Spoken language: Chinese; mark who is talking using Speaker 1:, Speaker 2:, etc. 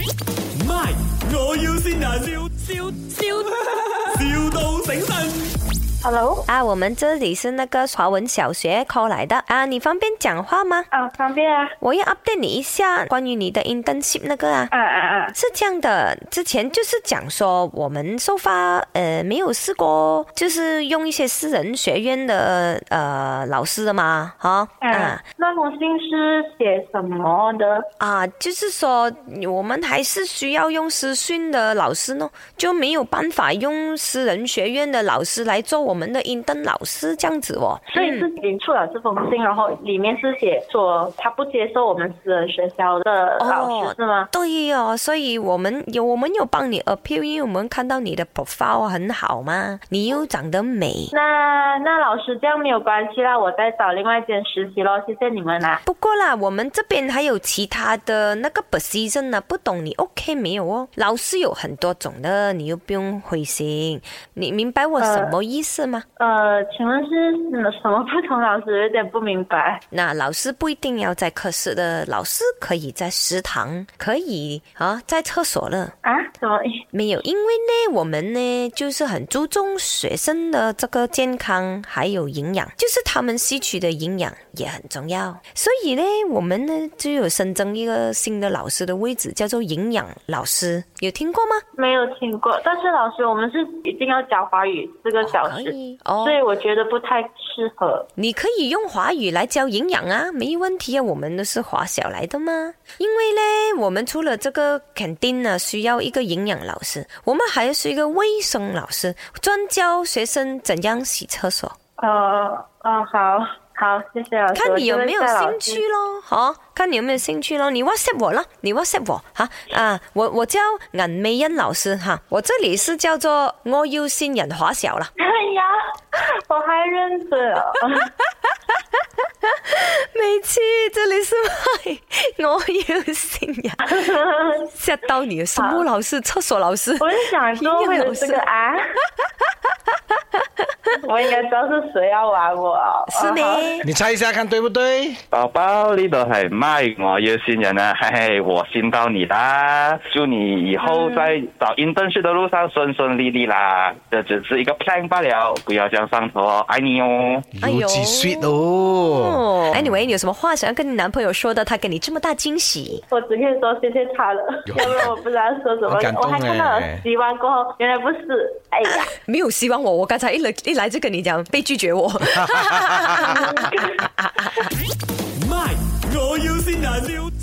Speaker 1: 晒，我要先人，笑笑笑，,笑到醒神。
Speaker 2: Hello，
Speaker 3: 啊，我们这里是那个华文小学 call 来的啊，你方便讲话吗？
Speaker 2: 啊，方便啊，
Speaker 3: 我要 update 你一下关于你的 internship 那个啊。
Speaker 2: 啊啊啊，
Speaker 3: 是这样的，之前就是讲说我们收发呃没有试过，就是用一些私人学院的呃老师的嘛，哈、
Speaker 2: 嗯、
Speaker 3: 啊
Speaker 2: 那封信是写什么的？
Speaker 3: 啊，就是说我们还是需要用师训的老师呢，就没有办法用私人学院的老师来做我们的 intern 老师这样子哦。
Speaker 2: 所以是您出了这封信，然后里面是写说他不接受我们私人学校的老师、
Speaker 3: 哦
Speaker 2: 是吗？
Speaker 3: 对哦，所以我们有我们有帮你 appeal，因为我们看到你的 profile 很好嘛，你又长得美。
Speaker 2: 那那老师这样没有关系啦，我再找另外一间实习咯，谢谢你们啦。
Speaker 3: 不过啦，我们这边还有其他的那个 position 呢，不懂你 OK 没有哦？老师有很多种的，你又不用灰心。你明白我什么意思吗？
Speaker 2: 呃，请问是什么不同老师？有点不明白。
Speaker 3: 那老师不一定要在课室的，老师可以在食堂，可以啊，在厕所了。
Speaker 2: 啊？什么？
Speaker 3: 没有，因为呢，我们呢就是很注重学生的这个健康还有营养，就是他们吸取的营养也很重要。所以呢，我们呢就有新增一个新的老师的位置，叫做营养老师，有听过吗？
Speaker 2: 没有听过。但是老师，我们是一定要讲华语四个小
Speaker 3: 可
Speaker 2: 时，
Speaker 3: 以哦
Speaker 2: 所，以我觉得不太适合。
Speaker 3: 你可以用华语来教营养啊，没问题啊，我们都是华小来的嘛。因为呢，我们除了这个肯定呢需要一个营养老师，我们还是一个卫生老师，专教学生怎样洗厕所。
Speaker 2: 哦哦，好好，谢谢老师。
Speaker 3: 看你有
Speaker 2: 我就
Speaker 3: 没有
Speaker 2: 会叫老
Speaker 3: 兴
Speaker 2: 师
Speaker 3: 趣咯，哦，看你有没有兴趣咯。你 WhatsApp 我啦，你 WhatsApp 我哈啊，我我叫颜美欣老师哈，我这里是叫做我要新人华小啦。
Speaker 2: 哎呀，我还认得哦。
Speaker 3: 每次这里是我要新人，吓到你了，什么老师？厕所老师？
Speaker 2: 我就想 说，为了这个啊，我应该知道是谁要玩我哦。
Speaker 3: 是
Speaker 2: 哦好
Speaker 3: 咩？
Speaker 4: 你猜一下看对不对？
Speaker 5: 宝宝呢度系咪我要新人啊， 嘿嘿，我先到你啦，祝你以后在找 internship 的路上顺顺利利啦。这只是一个 plan 罢了，不要这样上头哦，爱你哦。
Speaker 3: 哎呦
Speaker 4: 有几 sweet 哦。
Speaker 3: 哦，Anyway，你有什么话想要跟你男朋友说的？他给你这么大惊喜，
Speaker 2: 我只可以说谢谢他了，
Speaker 4: 有
Speaker 2: 要不然我不知道说什么
Speaker 4: 很感。动
Speaker 2: 我还看到
Speaker 4: 哎
Speaker 2: 了希望过后，原来不是。哎呀，
Speaker 3: 没有希望我。我刚才一来一来就跟你讲被拒绝我。
Speaker 1: 卖，我要先人，笑